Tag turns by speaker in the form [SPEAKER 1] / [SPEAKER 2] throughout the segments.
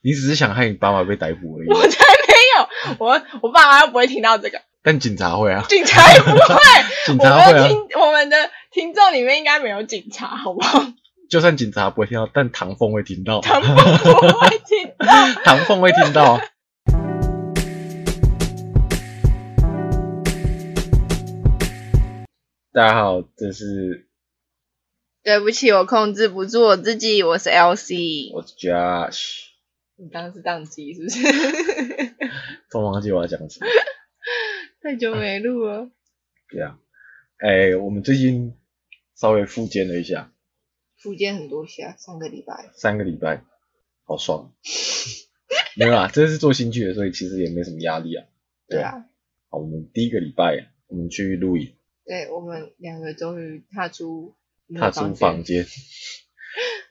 [SPEAKER 1] 你只是想害你爸妈被逮捕而已，
[SPEAKER 2] 我才没有，我我爸妈又不会听到这个，
[SPEAKER 1] 但警察会啊，
[SPEAKER 2] 警察也不会。
[SPEAKER 1] 警
[SPEAKER 2] 我
[SPEAKER 1] 察会
[SPEAKER 2] 们的
[SPEAKER 1] 啊，
[SPEAKER 2] 听我们的听众里面应该没有警察，好不好？
[SPEAKER 1] 就算警察不会听到，但唐凤会听到，
[SPEAKER 2] 他们不会听到。
[SPEAKER 1] 唐凤会听到。大家好，这是
[SPEAKER 2] 对不起，我控制不住我自己，我是 LC。
[SPEAKER 1] 我是 Josh，
[SPEAKER 2] 你刚刚是宕机是不是？
[SPEAKER 1] 突然忘记我要讲什么。
[SPEAKER 2] 太久没录了，
[SPEAKER 1] 对啊，哎，我们最近稍微复健了一下，
[SPEAKER 2] 福建很多虾，上个礼拜。
[SPEAKER 1] 三个礼拜，好 爽。没有啦，这是做新剧的，所以其实也没什么压力啊。
[SPEAKER 2] 对，啊，
[SPEAKER 1] 好，我们第一个礼拜啊我们去露营，
[SPEAKER 2] 对我们两个终于踏出我们
[SPEAKER 1] 踏
[SPEAKER 2] 的
[SPEAKER 1] 出
[SPEAKER 2] 房
[SPEAKER 1] 房
[SPEAKER 2] 间。
[SPEAKER 1] 间，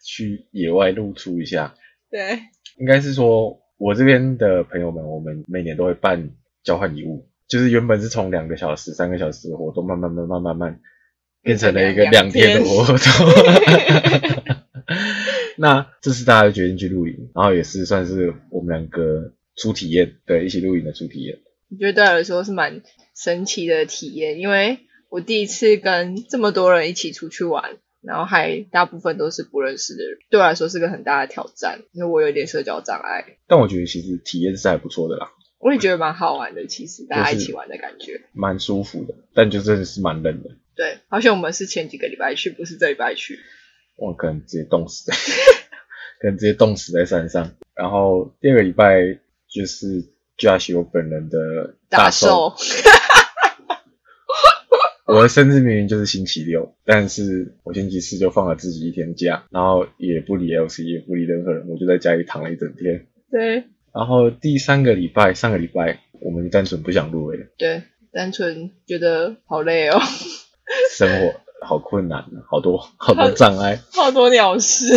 [SPEAKER 1] 去野外露出一下。
[SPEAKER 2] 对，
[SPEAKER 1] 应该是说，我这边的朋友们，我们每年都会办交换礼物，就是原本是从两个小时、三个小时的活动，慢慢慢慢慢慢变成了一个两天的活动。 那这次大家就决定去露营，然后也是算是我们两个初体验，对，一起露营的初体验。
[SPEAKER 2] 我觉得对我来说是蛮神奇的体验，因为我第一次跟这么多人一起出去玩，然后还大部分都是不认识的人，对我来说是个很大的挑战，因为我有点社交障碍。
[SPEAKER 1] 但我觉得其实体验是还不错的啦，
[SPEAKER 2] 我也觉得蛮好玩的，其实大家一
[SPEAKER 1] 就是
[SPEAKER 2] 起玩的感觉。
[SPEAKER 1] 蛮舒服的，但就真的是蛮冷的，
[SPEAKER 2] 对，好像我们是前几个礼拜去，不是这礼拜去。
[SPEAKER 1] 我可能直接冻死在，可能直接冻死在山上。然后第二个礼拜就是 Josh 我本人的
[SPEAKER 2] 大
[SPEAKER 1] 寿，
[SPEAKER 2] 寿，
[SPEAKER 1] 我的生日明明就是星期六，但是我星期四就放了自己一天假，然后也不理 LC，也不理任何人，我就在家里躺了一整天。
[SPEAKER 2] 对
[SPEAKER 1] 然后第三个礼拜，上个礼拜我们单纯不想入围，
[SPEAKER 2] 对，单纯觉得好累哦，
[SPEAKER 1] 生活好困难，啊好多好多障碍。
[SPEAKER 2] 好多鸟事。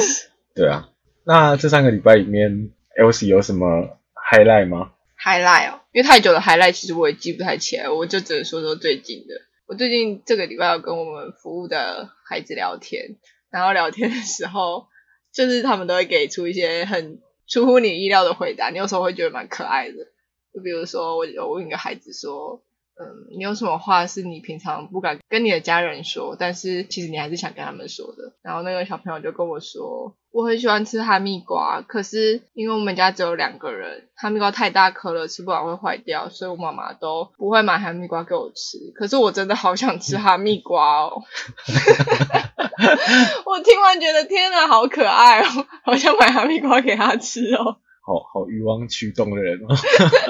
[SPEAKER 1] 对啊，那这三个礼拜里面，LC 有什么 highlight 吗？
[SPEAKER 2] highlight 哦，因为太久的 highlight 其实我也记不太起来，我就只能说说最近的。我最近这个礼拜有跟我们服务的孩子聊天，然后聊天的时候，就是他们都会给出一些很出乎你意料的回答，你有时候会觉得蛮可爱的。就比如说，我有问一个孩子说，嗯，你有什么话是你平常不敢跟你的家人说，但是其实你还是想跟他们说的？然后那个小朋友就跟我说，我很喜欢吃哈密瓜，可是因为我们家只有两个人，哈密瓜太大颗了，吃不完会坏掉，所以我妈妈都不会买哈密瓜给我吃。可是我真的好想吃哈密瓜哦！我听完觉得天哪，好可爱哦，好想买哈密瓜给他吃哦。
[SPEAKER 1] 好好欲望驱动的人哦。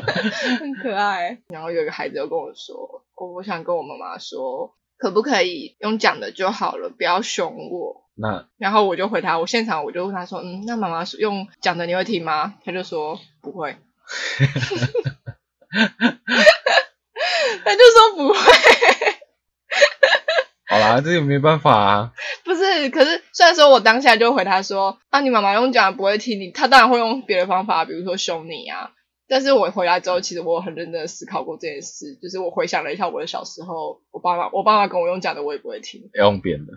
[SPEAKER 2] 很可爱。然后有一个孩子就跟我说，我我想跟我妈妈说，可不可以用讲的就好了，不要凶我。
[SPEAKER 1] 那
[SPEAKER 2] 然后我就回他，我现场我就问他说，嗯，那妈妈用讲的你会听吗？他就说不会， 他就说不会，
[SPEAKER 1] 好啦，这个没办法啊。
[SPEAKER 2] 不是。可是虽然说我当下就回他说，啊，你妈妈用讲的不会听你，她当然会用别的方法，比如说凶你啊。但是我回来之后，其实我很认真的思考过这件事，就是我回想了一下我的小时候，我爸妈，我爸妈跟我用讲的，我也不会听。
[SPEAKER 1] 要用扁的，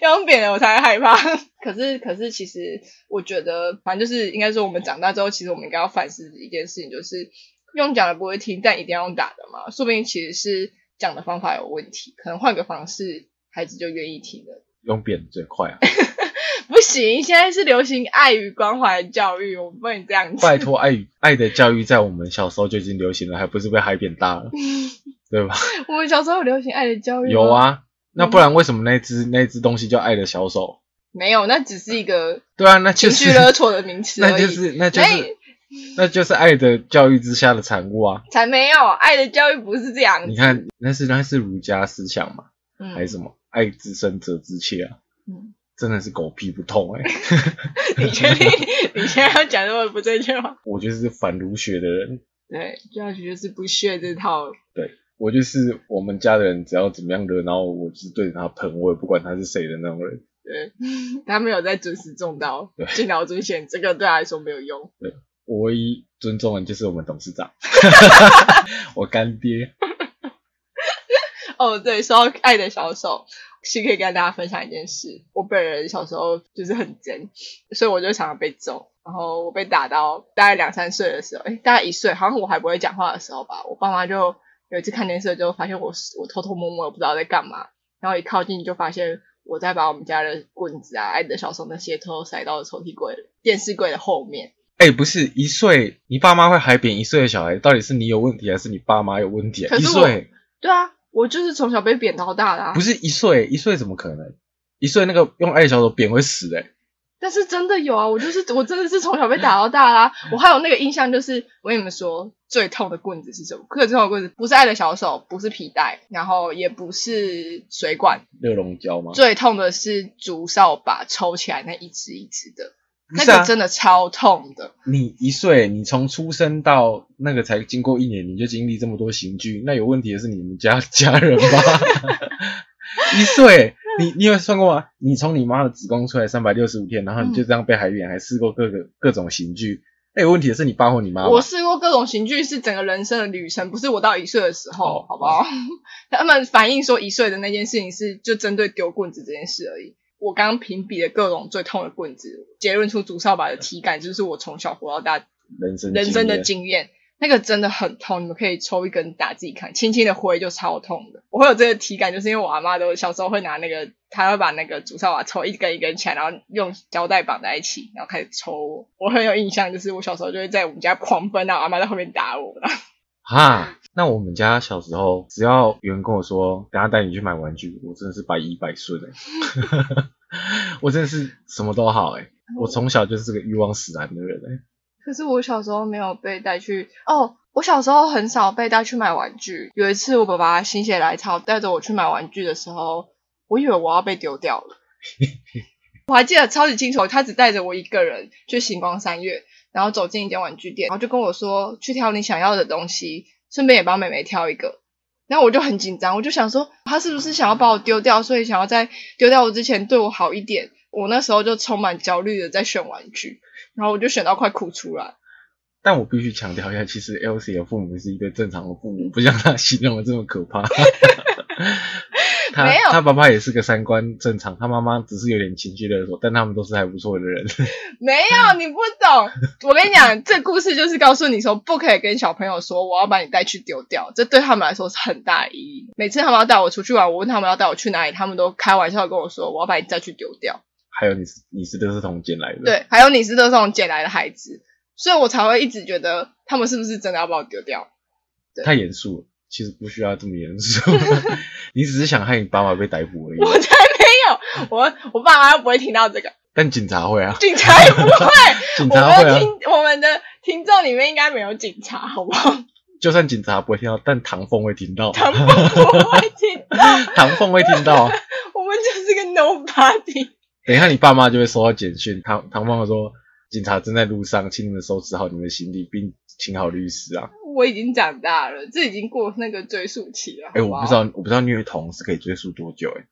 [SPEAKER 2] 要用扁的我才害怕。 可是，可是其实我觉得，反正就是应该说，我们长大之后，其实我们应该要反思一件事情，就是用讲的不会听，但一定要用打的嘛。说不定其实是讲的方法有问题，可能换个方式，孩子就愿意听了。
[SPEAKER 1] 用扁最快 啊！
[SPEAKER 2] 不行，现在是流行爱与关怀教育，我们不能这样子。
[SPEAKER 1] 拜托，爱与爱的教育在我们小时候就已经流行了，还不是被海扁大 了，对吧？
[SPEAKER 2] 我们小时候有流行爱的教育吗
[SPEAKER 1] 有，啊，那不然为什么那只那只东西叫爱的小手？
[SPEAKER 2] 没有，那只是一个
[SPEAKER 1] 对啊，那就
[SPEAKER 2] 情
[SPEAKER 1] 是
[SPEAKER 2] 绪勒索的名词而 已。哎
[SPEAKER 1] 那就是那就
[SPEAKER 2] 没
[SPEAKER 1] 是那就是爱的教育之下的产物啊！
[SPEAKER 2] 才没有，爱的教育不是这样
[SPEAKER 1] 你
[SPEAKER 2] 子。
[SPEAKER 1] 看，那是那是儒家思想嘛，
[SPEAKER 2] 嗯
[SPEAKER 1] 还是什么爱之深责之切啊？
[SPEAKER 2] 嗯
[SPEAKER 1] 真的是狗屁不通哎、
[SPEAKER 2] 你确定 你现在要讲这么不正确吗？
[SPEAKER 1] 我就是反儒学的人，
[SPEAKER 2] 对，教学就是不屑这套。
[SPEAKER 1] 我就是我们家的人，只要怎么样惹，然后我就是对着他喷，我也不管他是谁的那种人。
[SPEAKER 2] 对，他没有在准时中到
[SPEAKER 1] 对
[SPEAKER 2] 敬老尊贤，这个对他来说没有用。
[SPEAKER 1] 我唯一尊重的就是我们董事 长， 我干爹。
[SPEAKER 2] 哦，对，说到爱的小手，是可以跟大家分享一件事，我本人小时候就是很尖，所以我就常常被揍。然后我被打到大概两三岁的时候，哎，大概一岁，好像我还不会讲话的时候吧，我爸妈就有一次看电视就发现我我偷偷摸摸不知道在干嘛，然后一靠近就发现我在把我们家的棍子啊、爱的小手那些偷偷塞到抽屉柜、电视柜的后面。
[SPEAKER 1] 哎、不是一岁，你爸妈会海扁一岁的小孩，到底是你有问题还是你爸妈有问题、啊？
[SPEAKER 2] 可
[SPEAKER 1] 一
[SPEAKER 2] 是我
[SPEAKER 1] 岁
[SPEAKER 2] 对啊，我就是从小被扁到大的、啊
[SPEAKER 1] 不，是一岁，一岁怎么可能？一岁那个用爱的小手扁会死哎、
[SPEAKER 2] 但是真的有啊，我就是我真的是从小被打到大啦、
[SPEAKER 1] 嗯
[SPEAKER 2] 我还有那个印象，就是我跟你们说最痛的棍子是什么？最痛的棍子不是爱的小手，不是皮带，然后也不是水管，
[SPEAKER 1] 热熔胶吗？
[SPEAKER 2] 最痛的是竹扫把抽起来那一支一支的，
[SPEAKER 1] 不
[SPEAKER 2] 那
[SPEAKER 1] 是啊
[SPEAKER 2] 个真的超痛的。
[SPEAKER 1] 你一岁，你从出生到那个才经过一年，你就经历这么多刑具，那有问题的是你们家家人 吧？一岁，你你有算过吗？你从你妈的子宫出来三百六十五天，然后你就这样被海扁，还试过各个各种刑具，那有问题的是你爸或你妈吧
[SPEAKER 2] 我？试过各种刑具，是整个人生的旅程，不是我到一岁的时候，
[SPEAKER 1] 哦
[SPEAKER 2] 好不好？ 他们反映说一岁的那件事情是就针对丢棍子这件事而已。我刚刚评比的各种最痛的棍子，结论出竹扫把的体感就是我从小活到大
[SPEAKER 1] 人生
[SPEAKER 2] 人生的
[SPEAKER 1] 经
[SPEAKER 2] 经验，那个真的很痛，你们可以抽一根打自己看，轻轻的挥就超痛的。我会有这个体感，就是因为我阿妈都小时候会拿那个，她会把那个竹扫把抽一根一根起来，然后用胶带绑在一起，然后开始抽我。我很有印象，就是我小时候就会在我们家狂奔，然后阿妈在后面打我。
[SPEAKER 1] 哈，那我们家小时候，只要有人跟我说，等下带你去买玩具，我真的是百依百 顺哎、我真的是什么都好哎、我从小就是个欲望使然的人哎、
[SPEAKER 2] 可是我小时候没有被带去哦，我小时候很少被带去买玩具。有一次我爸爸心血来潮带着我去买玩具的时候，我以为我要被丢掉了，我还记得超级清楚，他只带着我一个人去星光三月，然后走进一间玩具店，然后就跟我说去挑你想要的东西，顺便也帮妹妹挑一个。然后我就很紧张，我就想说他是不是想要把我丢掉，所以想要在丢掉我之前对我好一点。我那时候就充满焦虑的在选玩具，然后我就选到快哭出来。
[SPEAKER 1] 但我必须强调一下，其实 L C 的父母是一对正常的父母，不像他形容的这么可 怕。他
[SPEAKER 2] 没有
[SPEAKER 1] 他爸爸也是个三观正常，他妈妈只是有点情绪勒索，但他们都是还不错的人。
[SPEAKER 2] 没有，你不懂。我跟你讲，这故事就是告诉你说，不可以跟小朋友说我要把你带去丢掉，这对他们来说是很大的意义。每次他们要带我出去玩，我问他们要带我去哪里，他们都开玩笑跟我说我要把你带去丢掉。
[SPEAKER 1] 还有你是你是都是同捡来的，，
[SPEAKER 2] 对，还有你是这种捡来的孩子，所以我才会一直觉得他们是不是真的要把我丢掉？
[SPEAKER 1] 太严肃了，其实不需要这么严肃， 你只是想害你爸爸被逮捕而已。
[SPEAKER 2] 我才没有，我我爸妈又不会听到这个，
[SPEAKER 1] 但警察会啊，
[SPEAKER 2] 警察也不会。
[SPEAKER 1] 警
[SPEAKER 2] 我
[SPEAKER 1] 察会
[SPEAKER 2] 们
[SPEAKER 1] 啊，
[SPEAKER 2] 听我们的听众里面应该没有警察，好不好？
[SPEAKER 1] 就算警察不会听到，但唐凤会听到，
[SPEAKER 2] 他们不会听到。
[SPEAKER 1] 唐凤会听到。啊
[SPEAKER 2] 我们就是个 nobody。
[SPEAKER 1] 等一下，你爸妈就会收到简讯，唐唐凤说，警察正在路上，请你们收拾好你们的行李，并请好律师啊。
[SPEAKER 2] 我已经长大了，这已经过那个追溯期了。
[SPEAKER 1] 哎、
[SPEAKER 2] 好
[SPEAKER 1] 我
[SPEAKER 2] 好
[SPEAKER 1] 不知道，我不知道虐童是可以追溯多久、哎，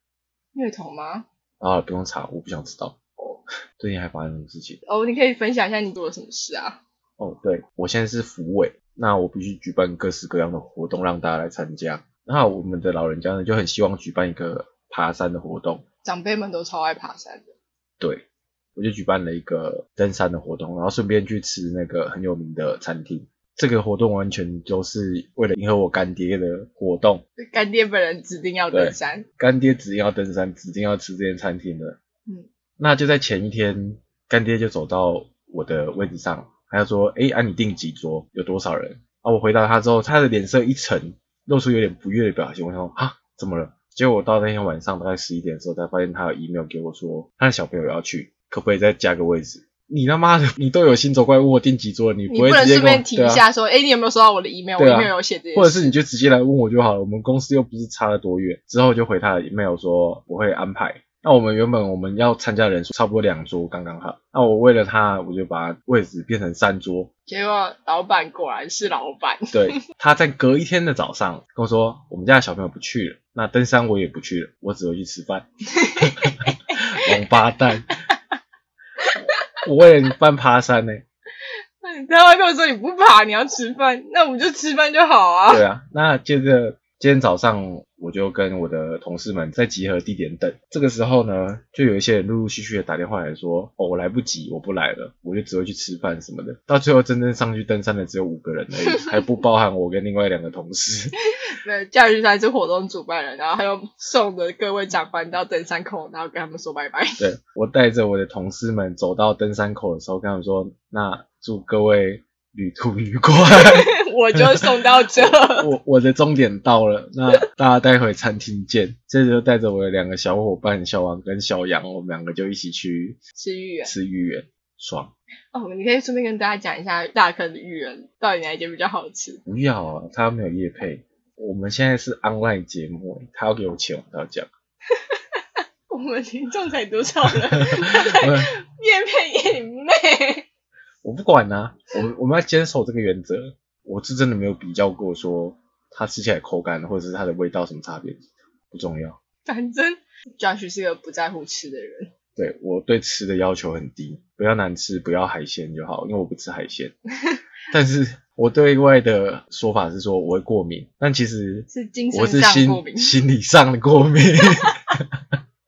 [SPEAKER 2] 虐童吗？
[SPEAKER 1] 啊，不用查，我不想知道。哦 最近还发生什么事情？
[SPEAKER 2] 哦，你可以分享一下你做了什么事啊？
[SPEAKER 1] 哦，对，我现在是辅委，那我必须举办各式各样的活动让大家来参加。那我们的老人家呢，就很希望举办一个爬山的活动。
[SPEAKER 2] 长辈们都超爱爬山的，
[SPEAKER 1] 对，我就举办了一个登山的活动，然后顺便去吃那个很有名的餐厅。这个活动完全就是为了迎合我干爹的活动，
[SPEAKER 2] 干爹本人指定要登山，
[SPEAKER 1] 干爹指定要登山，指定要吃这间餐厅的。
[SPEAKER 2] 嗯，
[SPEAKER 1] 那就在前一天，干爹就走到我的位置上，他就说：“哎，啊你订几桌？有多少人？”啊，我回答他之后，他的脸色一沉，露出有点不悦的表情。我想说：“啊，怎么了？”结果我到那天晚上大概十一点的时候，才发现他有 email 给我说，他的小朋友要去，可不可以再加个位置？你他妈的，你都有心走怪问我订几桌了，你
[SPEAKER 2] 你
[SPEAKER 1] 会
[SPEAKER 2] 不能
[SPEAKER 1] 直接
[SPEAKER 2] 顺
[SPEAKER 1] 跟我
[SPEAKER 2] 便提
[SPEAKER 1] 对啊
[SPEAKER 2] 一下说，哎、你有没有收到我的 email？、我
[SPEAKER 1] 对啊
[SPEAKER 2] email 有写这件事，
[SPEAKER 1] 或者是你就直接来问我就好了，我们公司又不是差了多远。之后就回他的 email 说我会安排。那我们原本我们要参加的人数差不多两桌刚刚好，那我为了他，我就把位置变成三桌。
[SPEAKER 2] 结果老板果然是老板，
[SPEAKER 1] 对，他在隔一天的早上跟我说，我们家的小朋友不去了，那登山我也不去了，我只会去吃饭。王八蛋！我为了你办爬山呢、
[SPEAKER 2] 他会跟我说你不爬，你要吃饭，那我们就吃饭就好啊。
[SPEAKER 1] 对啊，那接着今天早上我就跟我的同事们在集合地点等。这个时候呢，就有一些人陆陆续续的打电话来说：“哦，我来不及，我不来了，我就只会去吃饭什么的。” 到最后真正上去登山的只有五个人而已，还不包含我跟另外两个同事。
[SPEAKER 2] 对，假日山是活动主办人，然后他又送着各位长官到登山口，然后跟他们说拜 拜。
[SPEAKER 1] 对我带着我的同事们走到登山口的时候，跟他们说：“那祝各位旅途愉快。”
[SPEAKER 2] 我就送到这，
[SPEAKER 1] 我我的终点到了，那大家待会餐厅见。接着就带着我的两个小伙伴小王跟小杨，我们两个就一起去
[SPEAKER 2] 吃芋圆
[SPEAKER 1] 吃芋圆，爽！
[SPEAKER 2] 哦。你可以顺便跟大家讲一下大坑的芋圆到底哪一间比较好吃。
[SPEAKER 1] 不要啊，他没有业配，我们现在是 online 节目，欸他要给我钱，我要讲。
[SPEAKER 2] 我们听众才多少 人？叶配叶你妹！
[SPEAKER 1] 我不管啊，我们我们要坚守这个原则。我是真的没有比较过说它吃起来口感或者是它的味道什么差别，不重要。
[SPEAKER 2] 反正 Josh 是个不在乎吃的人，
[SPEAKER 1] 对我对吃的要求很低，不要难吃，不要海鲜就好，因为我不吃海 鲜。但是我对外的说法是说我会过敏，但其实
[SPEAKER 2] 是精
[SPEAKER 1] 我是
[SPEAKER 2] 神上过敏
[SPEAKER 1] 心。心理上的过敏，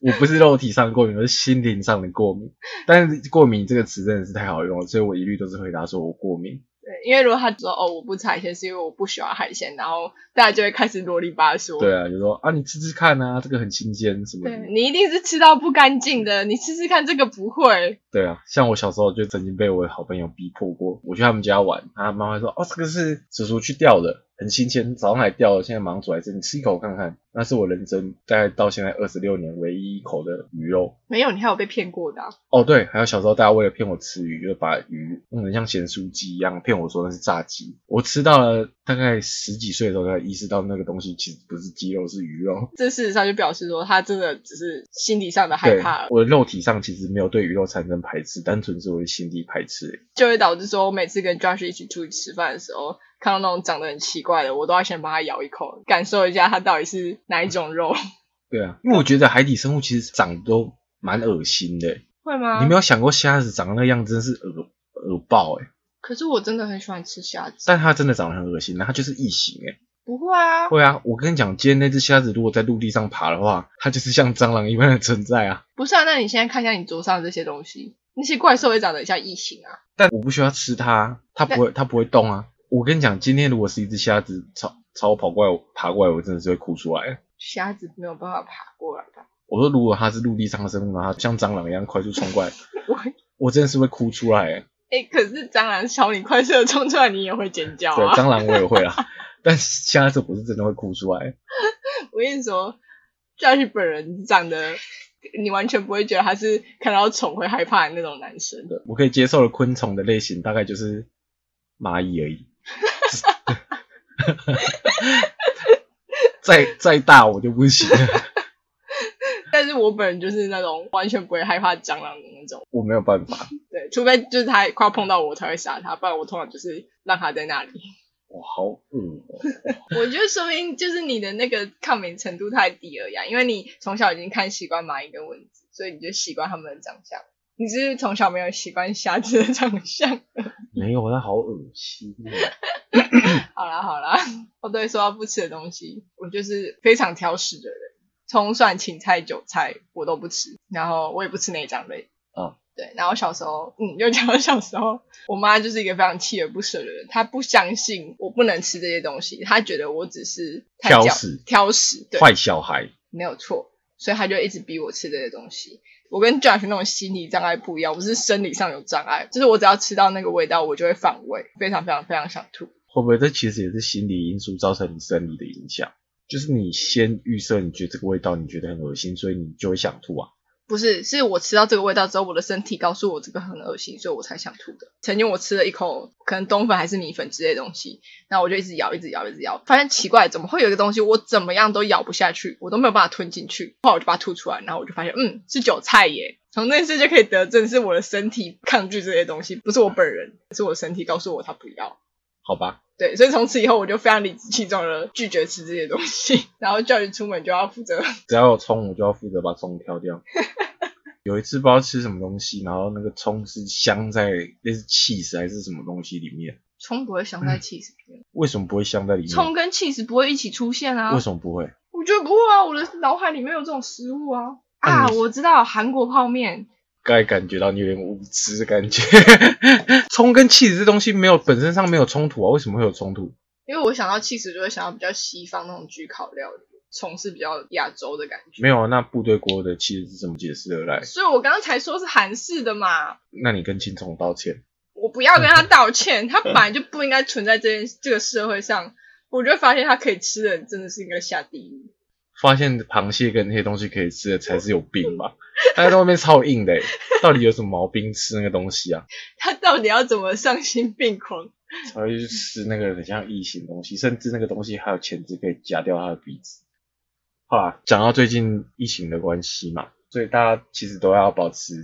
[SPEAKER 1] 我不是肉体上的过敏，我是心灵上的过敏。但是过敏这个词真的是太好用了，所以我一律都是回答说我过敏。
[SPEAKER 2] 对，因为如果他说哦我不吃海鲜是因为我不喜欢海鲜，然后大家就会开始啰里吧嗦。
[SPEAKER 1] 对啊，就说啊，你吃吃看啊，这个很新鲜什么的
[SPEAKER 2] 对。你一定是吃到不干净的，你试试看这个不会。
[SPEAKER 1] 对啊，像我小时候就曾经被我的好朋友逼迫过，我去他们家玩，他妈妈说哦，这个是叔叔去钓的，很新鲜，早上还钓的，现在马上煮来吃，你吃一口看看。那是我人生大概到现在二十六年唯一一口的鱼肉。
[SPEAKER 2] 没有，你还有被骗过的啊、
[SPEAKER 1] 哦，对，还有小时候大家为了骗我吃鱼，就是把鱼弄得像咸酥鸡一样，骗我说那是炸鸡。我吃到了大概十几岁的时候才意识到那个东西其实不是鸡肉，是鱼肉。
[SPEAKER 2] 这事实上就表示说他真的只是心理上的害
[SPEAKER 1] 对
[SPEAKER 2] 怕，了，
[SPEAKER 1] 我的肉体上其实没有对鱼肉产生排斥，单纯是我的心地排斥而已。
[SPEAKER 2] 就会导致说我每次跟 Josh 一起出去吃饭的时候，看到那种长得很奇怪的，我都要先帮他咬一口，感受一下它到底是哪一种肉，
[SPEAKER 1] 对啊，因为我觉得海底生物其实长得都蛮恶心的欸、
[SPEAKER 2] 会吗？
[SPEAKER 1] 你没有想过虾子长那个样子真是恶恶爆哎、
[SPEAKER 2] 可是我真的很喜欢吃虾子，
[SPEAKER 1] 但它真的长得很恶心，它就是异形哎、
[SPEAKER 2] 不会啊，
[SPEAKER 1] 会啊，我跟你讲，今天那只虾子如果在陆地上爬的话，它就是像蟑螂一般的存在啊。
[SPEAKER 2] 不是啊。那你现在看一下你桌上这些东西，那些怪兽也长得很像异形啊。
[SPEAKER 1] 但我不需要吃它，它不会它不会动啊。我跟你讲，今天如果是一只虾子朝朝我跑过来我爬过来，我真的是会哭出来。欸
[SPEAKER 2] 虾子没有办法爬过来吧？
[SPEAKER 1] 我说，如果它是陆地上的生物，然后它像蟑螂一样快速冲过来，
[SPEAKER 2] 我
[SPEAKER 1] 我真的是会哭出来、欸。
[SPEAKER 2] 哎、可是蟑螂朝你快速的冲出来，你也会尖叫
[SPEAKER 1] 对，
[SPEAKER 2] 啊！
[SPEAKER 1] 蟑螂我也会啊， 但是虾子我是真的会哭出来。
[SPEAKER 2] 我跟你说，Josh 本人长得，你完全不会觉得他是看到虫会害怕的那种男生。
[SPEAKER 1] 我可以接受的昆虫的类型大概就是蚂蚁而已。 再再大我就不行 了，
[SPEAKER 2] 但是我本人就是那种完全不会害怕蟑螂的那种，
[SPEAKER 1] 我没有办法。
[SPEAKER 2] 对，除非就是他快要碰到我才会杀他，不然我通常就是让他在那里。
[SPEAKER 1] 我好饿、哦，
[SPEAKER 2] 我觉得说明就是你的那个抗敏程度太低了呀，因为你从小已经看习惯蚂蚁跟蚊子，所以你就习惯它们的长相。你只是从小没有习惯虾子的长相。
[SPEAKER 1] 没有，啊它好恶心、哦。
[SPEAKER 2] 好啦好啦， 哦对，说到不吃的东西，我就是非常挑食的人，葱蒜、芹菜、韭菜我都不吃，然后我也不吃内脏类。
[SPEAKER 1] 哦
[SPEAKER 2] 对，然后小时候，嗯，又讲到小时候，我妈就是一个非常锲而不舍的人，她不相信我不能吃这些东西，她觉得我只是太
[SPEAKER 1] 挑
[SPEAKER 2] 挑
[SPEAKER 1] 食
[SPEAKER 2] 挑食，对，
[SPEAKER 1] 坏小孩，
[SPEAKER 2] 没有错，所以他就一直逼我吃这些东西。我跟 Josh 那种心理障碍不一样，我是生理上有障碍，就是我只要吃到那个味道，我就会反胃，非常非常非常想吐。
[SPEAKER 1] 会不会这其实也是心理因素造成你生理的影响？就是你先预设你觉得这个味道你觉得很恶心，所以你就会想吐啊。
[SPEAKER 2] 不是，是我吃到这个味道之后，我的身体告诉我这个很恶心，所以我才想吐的。曾经我吃了一口可能冬粉还是米粉之类的东西，然后我就一直咬，一直咬，一直咬，发现奇怪，怎么会有一个东西我怎么样都咬不下去，我都没有办法吞进去，后来我就把它吐出来，然后我就发现，嗯，是韭菜耶。从那次就可以得证，是我的身体抗拒这些东西，不是我本人，是我身体告诉我它不要。
[SPEAKER 1] 好吧，
[SPEAKER 2] 对，所以从此以后我就非常理直气壮的拒绝吃这些东西， 然后叫你出门就要负责
[SPEAKER 1] 只要有葱，我就要负责把葱挑 掉。有一次不知道吃什么东西，然后那个葱是镶在类似 cheese 还是什么东西里面，
[SPEAKER 2] 葱不会镶在 cheese 里面，
[SPEAKER 1] 为什么不会镶在里面？
[SPEAKER 2] 葱跟 cheese 不会一起出现啊
[SPEAKER 1] 为。什么不会？
[SPEAKER 2] 我觉得不会啊，我的脑海里没有这种食物啊。啊，
[SPEAKER 1] 啊你
[SPEAKER 2] 我知道韩国泡面，
[SPEAKER 1] 该感觉到你有点无知的感觉。 葱跟气质这东西没有本身上没有冲突啊，为什么会有冲突？
[SPEAKER 2] 因为我想到 cheese 就会想到比较西方那种焗烤料理，葱是比较亚洲的感觉。
[SPEAKER 1] 没有啊，那部队锅的气质是怎么解释而来？
[SPEAKER 2] 所以我刚才说是韩式的嘛，
[SPEAKER 1] 那你跟青虫道歉。
[SPEAKER 2] 我不要跟他道
[SPEAKER 1] 嗯
[SPEAKER 2] 歉，他本来就不应该存在这件这个社会上。我就发现他可以吃的人真的是应该下地狱。
[SPEAKER 1] 发现螃蟹跟那些东西可以吃的才是有病吧？大家在外面超硬的、欸，到底有什么毛病吃那个东西啊？
[SPEAKER 2] 他到底要怎么丧心病狂？
[SPEAKER 1] 才会去吃那个很像异形的东西，甚至那个东西还有钳子可以夹掉它的鼻子。好啦，讲到最近疫情的关系嘛，所以大家其实都要保持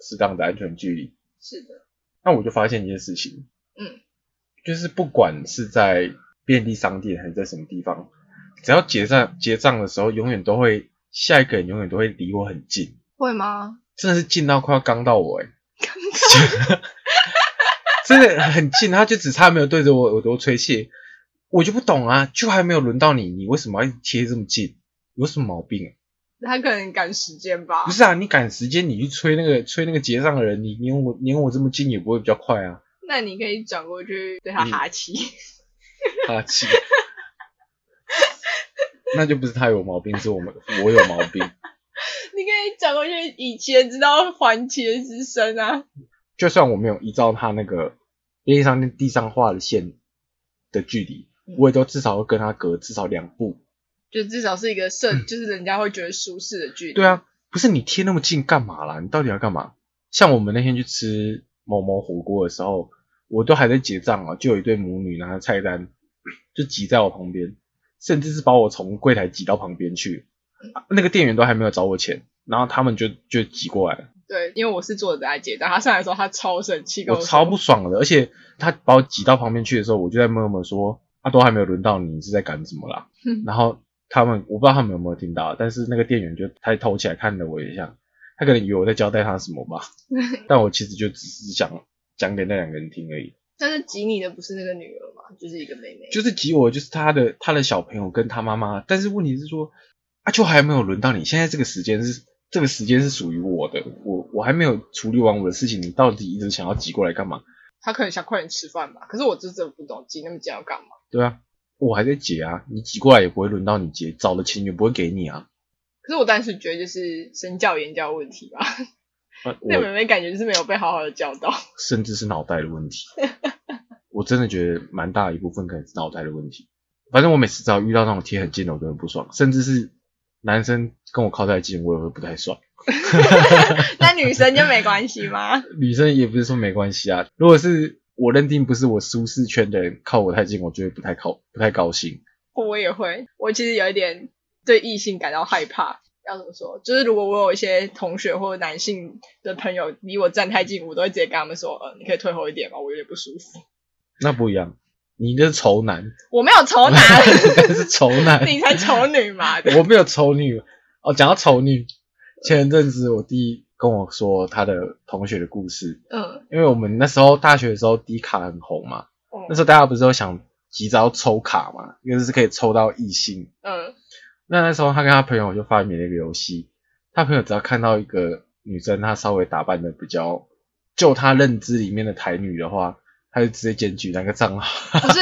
[SPEAKER 1] 适当的安全距离。
[SPEAKER 2] 是的，
[SPEAKER 1] 那我就发现一件事情，
[SPEAKER 2] 嗯，
[SPEAKER 1] 就是不管是在便利商店还是在什么地方，只要结账结账的时候，永远都会下一个人永远都会离我很近，
[SPEAKER 2] 会吗？
[SPEAKER 1] 真的是近到快要刚到我哎、欸，真的很近，他就只差没有对着我耳朵吹气，我就不懂啊，就还没有轮到你，你为什么要一直贴这么近？有什么毛病啊、
[SPEAKER 2] 他可能赶时间吧
[SPEAKER 1] 不。是啊，你赶时间，你去吹那个吹那个结账的人，你你我你我这么近也不会比较快啊。
[SPEAKER 2] 那你可以转过去对他
[SPEAKER 1] 嗯
[SPEAKER 2] 哈气。
[SPEAKER 1] 哈气，那就不是他有毛病，是我们我有毛病。
[SPEAKER 2] 你可以转过去以茄子到还茄之声啊。
[SPEAKER 1] 就算我没有依照他那个便利商店地上画的线的距离，我也都至少会跟他隔至少两步。
[SPEAKER 2] 就至少是一个社，就是人家会觉得舒适的距离。
[SPEAKER 1] 嗯对，啊，不是你贴那么近干嘛啦？你到底要干嘛？像我们那天去吃某某火锅的时候，我都还在结账啊，就有一对母女拿着菜单 就挤在我旁边，甚至是把我从柜台挤到旁边去。啊那个店员都还没有找我钱，然后他们就就挤过来了，
[SPEAKER 2] 对，因为我是坐着来结账，他上来的时候他超生气，跟
[SPEAKER 1] 我
[SPEAKER 2] 我说
[SPEAKER 1] 超不爽的。而且他把我挤到旁边去的时候，我就在默默说：“啊，都还没有轮到你，你是在赶什么啦？”然后他们我不知道他们有没有听到，但是那个店员就他偷起来看了我一下，他可能以为我在交代他什么吧，但我其实就只是想讲给那两个人听而已。
[SPEAKER 2] 但是挤你的不是那个女儿嘛，就是一个妹妹。
[SPEAKER 1] 就是吉我就是他的他的小朋友跟他妈妈，但是问题是说啊，就还没有轮到你，现在这个时间是这个时间是属于我的，我我还没有处理完我的事情，你到底一直想要挤过来干嘛？
[SPEAKER 2] 她可能想快点吃饭吧，可是我就真的不懂挤那么近要干嘛。
[SPEAKER 1] 对啊，我还在解啊，你挤过来也不会轮到你解，找的钱也不会给你啊。
[SPEAKER 2] 可是我当时觉得就是身教言教问题吧，
[SPEAKER 1] 啊我
[SPEAKER 2] 那妹妹感觉就是没有被好好的教导。
[SPEAKER 1] 甚至是脑袋的问题。我真的觉得蛮大一部分可能是脑袋的问题。反正我每次只要遇到那种贴很近的，我都很不爽，甚至是男生跟我靠太近，我也会不太爽。
[SPEAKER 2] 那女生就没关系吗？
[SPEAKER 1] 女生也不是说没关系啊，如果是我认定不是我舒适圈的人靠我太近，我就会不太高不太高兴。
[SPEAKER 2] 我也会，我其实有一点对异性感到害怕。要怎么说？就是如果我有一些同学或者男性的朋友离我站太近，我都会直接跟他们说：“呃，你可以退后一点嘛，我有点不舒服。
[SPEAKER 1] 那不一样，你那是仇男，”
[SPEAKER 2] 我没有仇男，
[SPEAKER 1] 那是仇男，
[SPEAKER 2] 你才丑女嘛！
[SPEAKER 1] 我没有丑女哦。讲到丑女，前阵子我弟跟我说他的同学的故事，
[SPEAKER 2] 嗯，
[SPEAKER 1] 因为我们那时候大学的时候，低卡很红嘛，那时候大家不是都想急着要抽卡嘛，因为是可以抽到异性。
[SPEAKER 2] 嗯，
[SPEAKER 1] 那那时候他跟他朋友就发明了一个游戏，他朋友只要看到一个女生，她稍微打扮的比较，就他认知里面的台女的话，他就直接检举那个账号。
[SPEAKER 2] 可是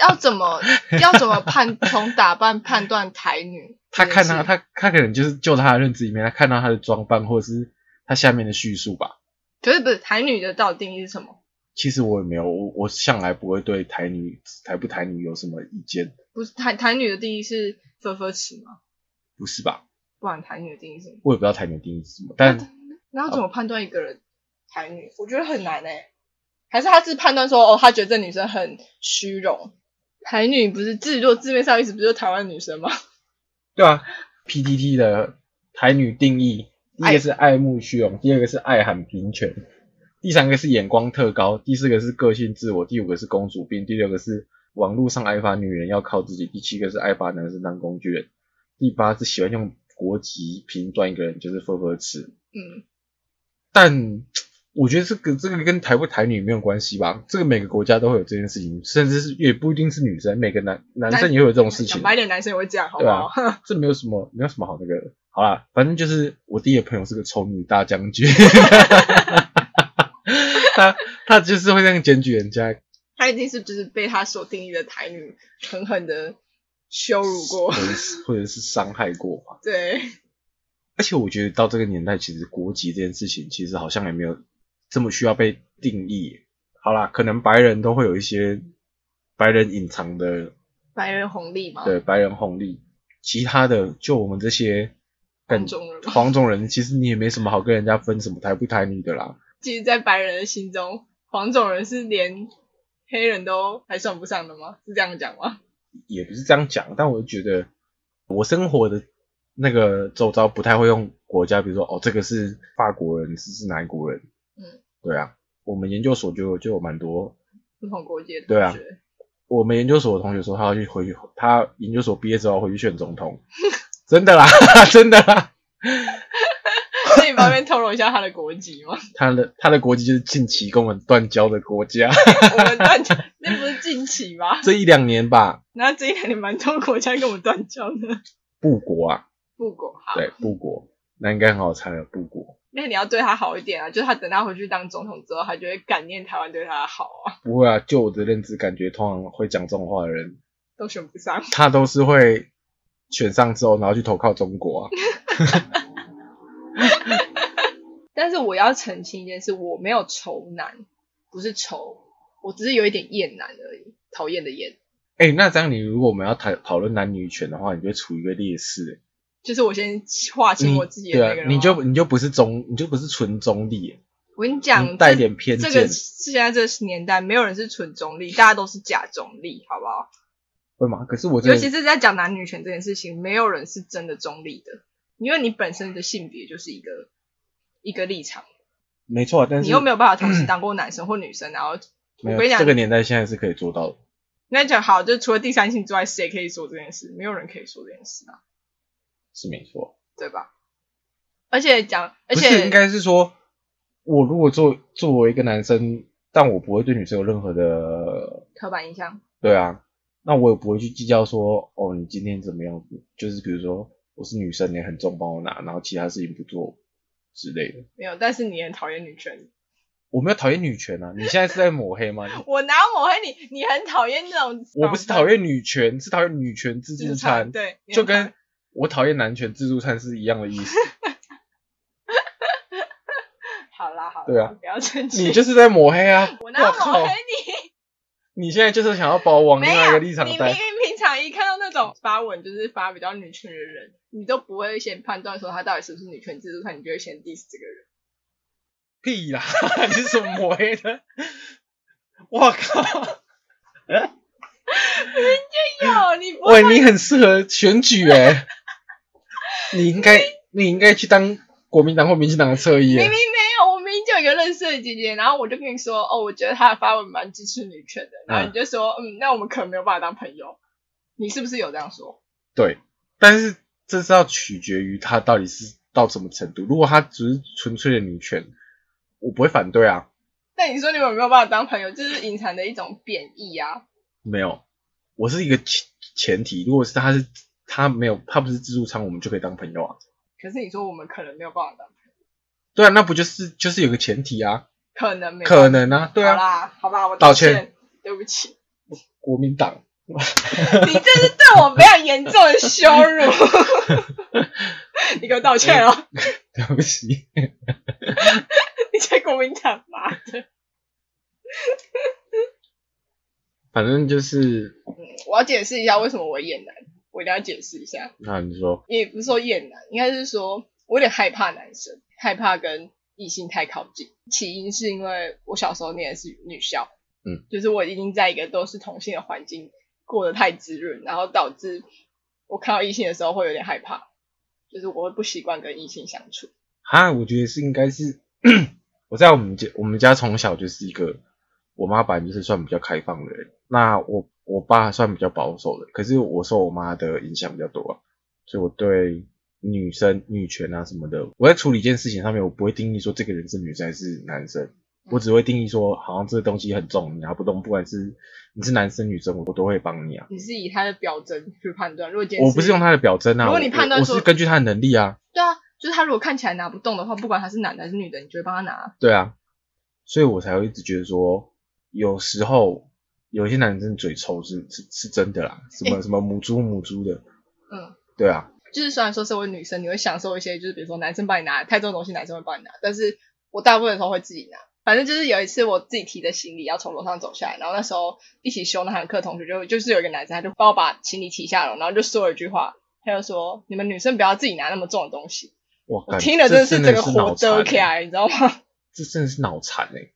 [SPEAKER 2] 要怎么要怎么判从打扮判断台女？
[SPEAKER 1] 他看
[SPEAKER 2] 真
[SPEAKER 1] 他
[SPEAKER 2] 的是
[SPEAKER 1] 他他可能就是就他的认知里面，他看到她的装扮或者是她下面的叙述吧。
[SPEAKER 2] 可是不是台女的到底定义是什么？
[SPEAKER 1] 其实我也没有，我我向来不会对台女台不台女有什么意见，
[SPEAKER 2] 不是台台女的定义是分分尺吗？
[SPEAKER 1] 不是吧？
[SPEAKER 2] 不然台女的定义是什么？
[SPEAKER 1] 我也不知道台女的定义是什么，但
[SPEAKER 2] 然后怎么判断一个人台女？我觉得很难哎、还是他是判断说，哦，他觉得这女生很虚荣。台女不是字，如果字面上意思不就是台湾女生吗？
[SPEAKER 1] 对啊，PTT 的台女定义，第一
[SPEAKER 2] 爱
[SPEAKER 1] 个是爱慕虚荣，第二个是爱喊平权，第三个是眼光特高，第四个是个性自我，第五个是公主病，第六个是网络上爱发女人要靠自己，第七个是爱把男生当工具人，第八是喜欢用国籍评断一个人就是 f 呵 r
[SPEAKER 2] 嗯，
[SPEAKER 1] 但我觉得这个这个跟台不台女没有关系吧，这个每个国家都会有这件事情，甚至是也不一定是女生，每个男男生也会有这种事情
[SPEAKER 2] 讲，白一点，男生也会这样，好
[SPEAKER 1] 对
[SPEAKER 2] 不
[SPEAKER 1] 啊
[SPEAKER 2] 好？，
[SPEAKER 1] 这没有什么没有什么好那个的。好啦，反正就是我弟的朋友是个丑女大将军， 他他就是会这样检举人家，
[SPEAKER 2] 她一定是就是被她所定义的台女狠狠的羞辱过
[SPEAKER 1] 或。者是或者是伤害过吧。
[SPEAKER 2] 对，
[SPEAKER 1] 而且我觉得到这个年代，其实国籍这件事情，其实好像也没有这么需要被定义。好啦，可能白人都会有一些白人隐藏的
[SPEAKER 2] 白人红利嘛，
[SPEAKER 1] 对白人红利，其他的就我们这些
[SPEAKER 2] 黄种人嘛
[SPEAKER 1] 黄种人，其实你也没什么好跟人家分什么台不台女的啦。
[SPEAKER 2] 其实，在白人的心中，黄种人是连黑人都还算不上的吗？是这样讲吗？
[SPEAKER 1] 也不是这样讲，但我就觉得我生活的那个周遭不太会用国家，比如说哦，这个是法国人，这是哪一国人？
[SPEAKER 2] 嗯，
[SPEAKER 1] 对啊，我们研究所就就有蛮多
[SPEAKER 2] 不同国界的
[SPEAKER 1] 对啊
[SPEAKER 2] 同学，
[SPEAKER 1] 我们研究所的同学说，他要去回去，他研究所毕业之后回去选总 统，真的啦， 真的啦。
[SPEAKER 2] 所以方便透露一下他的国籍吗？
[SPEAKER 1] 他的他的国籍就是近期跟我们断交的国家，
[SPEAKER 2] 我们断交， 那不是近期吗？
[SPEAKER 1] 这一两年吧，
[SPEAKER 2] 那这一两年蛮多国家跟我们断交的，
[SPEAKER 1] 布国啊，
[SPEAKER 2] 不国好。
[SPEAKER 1] 对，布国，那应该很好猜了，布国
[SPEAKER 2] 那你要对他好一点啊，就是他等他回去当总统之后，他就会感念台湾对他的好啊，
[SPEAKER 1] 不会啊，就我的认知感觉，通常会讲这种话的人，
[SPEAKER 2] 都选不上。
[SPEAKER 1] 他都是会选上之后，然后去投靠中国 啊，
[SPEAKER 2] 但是我要澄清一件事，我没有仇男，不是仇，我只是有一点厌男而已，讨厌的厌。
[SPEAKER 1] 哎、那这样你如果我们要讨讨论男女权的话，你就会处于一个劣势、
[SPEAKER 2] 就是我先划清
[SPEAKER 1] 你
[SPEAKER 2] 我自己的
[SPEAKER 1] 对啊，
[SPEAKER 2] 那个人
[SPEAKER 1] 你
[SPEAKER 2] 嘛
[SPEAKER 1] 就你就不是中，你就不是纯中立，
[SPEAKER 2] 我跟你讲，
[SPEAKER 1] 你带
[SPEAKER 2] 这
[SPEAKER 1] 点偏
[SPEAKER 2] 这
[SPEAKER 1] 见。
[SPEAKER 2] 个现在这个年代，没有人是纯中立，大家都是假中立，好不好？
[SPEAKER 1] 会吗？可是我真
[SPEAKER 2] 尤
[SPEAKER 1] 的
[SPEAKER 2] 其是在讲男女权这件事情，没有人是真的中立的，因为你本身的性别就是一个一个立场，
[SPEAKER 1] 没错啊，但是
[SPEAKER 2] 你又没有办法同时当过男生或女生，然后
[SPEAKER 1] 没
[SPEAKER 2] 我跟
[SPEAKER 1] 有
[SPEAKER 2] 你讲
[SPEAKER 1] 这个年代现在是可以做到的。
[SPEAKER 2] 那讲好，就除了第三性之外，谁可以说这件事？没有人可以说这件事啊，
[SPEAKER 1] 是没错。啊
[SPEAKER 2] 对吧？而且讲，而
[SPEAKER 1] 不是
[SPEAKER 2] 且
[SPEAKER 1] 应该是说，我如果作作为一个男生，但我不会对女生有任何的，
[SPEAKER 2] 刻板印象，
[SPEAKER 1] 对啊，那我也不会去计较说，哦，你今天怎么样？就是比如说我是女生，你很重帮我拿，然后其他事情不做之类的。
[SPEAKER 2] 没有，但是你很讨厌女权，
[SPEAKER 1] 我没有讨厌女权啊，你现在是在抹 黑吗？你
[SPEAKER 2] 我哪有抹黑你？你很讨厌那种，
[SPEAKER 1] 我不是讨厌女权，是讨厌女权自助
[SPEAKER 2] 自
[SPEAKER 1] 餐，
[SPEAKER 2] 对，你
[SPEAKER 1] 就
[SPEAKER 2] 很讨
[SPEAKER 1] 跟我讨厌男权自助餐是一样的意 思。
[SPEAKER 2] 好啦好啦，
[SPEAKER 1] 对啊
[SPEAKER 2] 不要生气，
[SPEAKER 1] 你就是在抹黑啊！
[SPEAKER 2] 我哪有抹
[SPEAKER 1] 靠
[SPEAKER 2] 黑你？
[SPEAKER 1] 你现在就是想要把我往另
[SPEAKER 2] 没
[SPEAKER 1] 外一
[SPEAKER 2] 有，
[SPEAKER 1] 个
[SPEAKER 2] 你
[SPEAKER 1] 立
[SPEAKER 2] 明
[SPEAKER 1] 场
[SPEAKER 2] 明
[SPEAKER 1] 带，
[SPEAKER 2] 平常一看到那种发文就是发比较女权的人，你都不会先判断说他到底是不是女权自助餐，你就会先 diss 这个人。
[SPEAKER 1] 屁啦！ 你是什么抹黑的？我靠！
[SPEAKER 2] 有你不
[SPEAKER 1] 喂，你很适合选举哎、你应该你应该去当国民党或民进党的侧翼、
[SPEAKER 2] 明
[SPEAKER 1] 欸
[SPEAKER 2] 明。没有，我明明就有一个认识的姐姐，然后我就跟你说，哦，我觉得她的发文蛮支持女权的，然后你就说，嗯那我们可能没有办法当朋友。你是不是有这样说？
[SPEAKER 1] 对，但是这是要取决于他到底是到什么程度。如果他只是纯粹的女权，我不会反对啊。
[SPEAKER 2] 但你说你们没有办法当朋友，这是隐藏的一种贬义啊。
[SPEAKER 1] 没有，我是一个前前提。如果是他是他没有他不是自助餐，我们就可以当朋友啊。
[SPEAKER 2] 可是你说我们可能没有办法当朋友，
[SPEAKER 1] 对啊，那不就是就是有个前提啊？
[SPEAKER 2] 可能没有
[SPEAKER 1] 可能啊，对
[SPEAKER 2] 好
[SPEAKER 1] 啊，
[SPEAKER 2] 啦，好吧，我
[SPEAKER 1] 道
[SPEAKER 2] 歉，
[SPEAKER 1] 歉
[SPEAKER 2] 对不起，
[SPEAKER 1] 国民党。
[SPEAKER 2] 你这是对我非常严重的羞 辱，你给我道歉哦，
[SPEAKER 1] 对不起，
[SPEAKER 2] 你在国民党吗？
[SPEAKER 1] 反正就是
[SPEAKER 2] 嗯，我要解释一下为什么我厌男，我一定要解释一下，
[SPEAKER 1] 那你说，
[SPEAKER 2] 也不是说厌男，应该是说我有点害怕男生，害怕跟异性太靠近。起因是因为我小时候念的是女校，
[SPEAKER 1] 嗯，
[SPEAKER 2] 就是我已经在一个都是同性的环境过得太滋润，然后导致我看到异性的时候会有点害怕，就是我会不习惯跟异性相处。
[SPEAKER 1] 哈，我觉得是应该是 我在我们家，我们家从小就是一个，我妈本来就是算比较开放的人，那我我爸算比较保守的，可是我受我妈的影响比较多啊，所以我对女生女权啊什么的，我在处理一件事情上面，我不会定义说这个人是女生还是男生，我只会定义说好像这个东西很重，你拿不动，不管是你是男生女生，我我都会帮你啊。
[SPEAKER 2] 你是以他的表征去判断，如果今天
[SPEAKER 1] 我不是用他的表征啊，
[SPEAKER 2] 如果你
[SPEAKER 1] 我
[SPEAKER 2] 判断
[SPEAKER 1] 我
[SPEAKER 2] 说
[SPEAKER 1] 是根据他的能力啊，
[SPEAKER 2] 对啊，就是他如果看起来拿不动的话，不管他是男的还是女的，你就会帮他拿。
[SPEAKER 1] 对啊，所以我才会一直觉得说，有时候有一些男生嘴臭是是是真的啦，什么、什么母猪母猪的，
[SPEAKER 2] 欸嗯，
[SPEAKER 1] 对啊，
[SPEAKER 2] 就是虽然说身为女生，你会享受一些，就是比如说男生帮你拿太重的东西，男生会帮你拿，但是我大部分的时候会自己拿。反正就是有一次我自己提着行李要从楼上走下来，然后那时候一起修那堂课的同学就就是有一个男生，他就帮我把行李提下楼，然后就说了一句话，他就说：“你们女生不要自己拿那么重的东西。”
[SPEAKER 1] 哇，
[SPEAKER 2] 我
[SPEAKER 1] 干
[SPEAKER 2] 听了
[SPEAKER 1] 这真
[SPEAKER 2] 真的
[SPEAKER 1] 的
[SPEAKER 2] 是整个
[SPEAKER 1] 是
[SPEAKER 2] 火
[SPEAKER 1] 脑
[SPEAKER 2] 遮
[SPEAKER 1] 残
[SPEAKER 2] 起
[SPEAKER 1] 欸，
[SPEAKER 2] 来，你知道吗？
[SPEAKER 1] 这真的是脑残哎、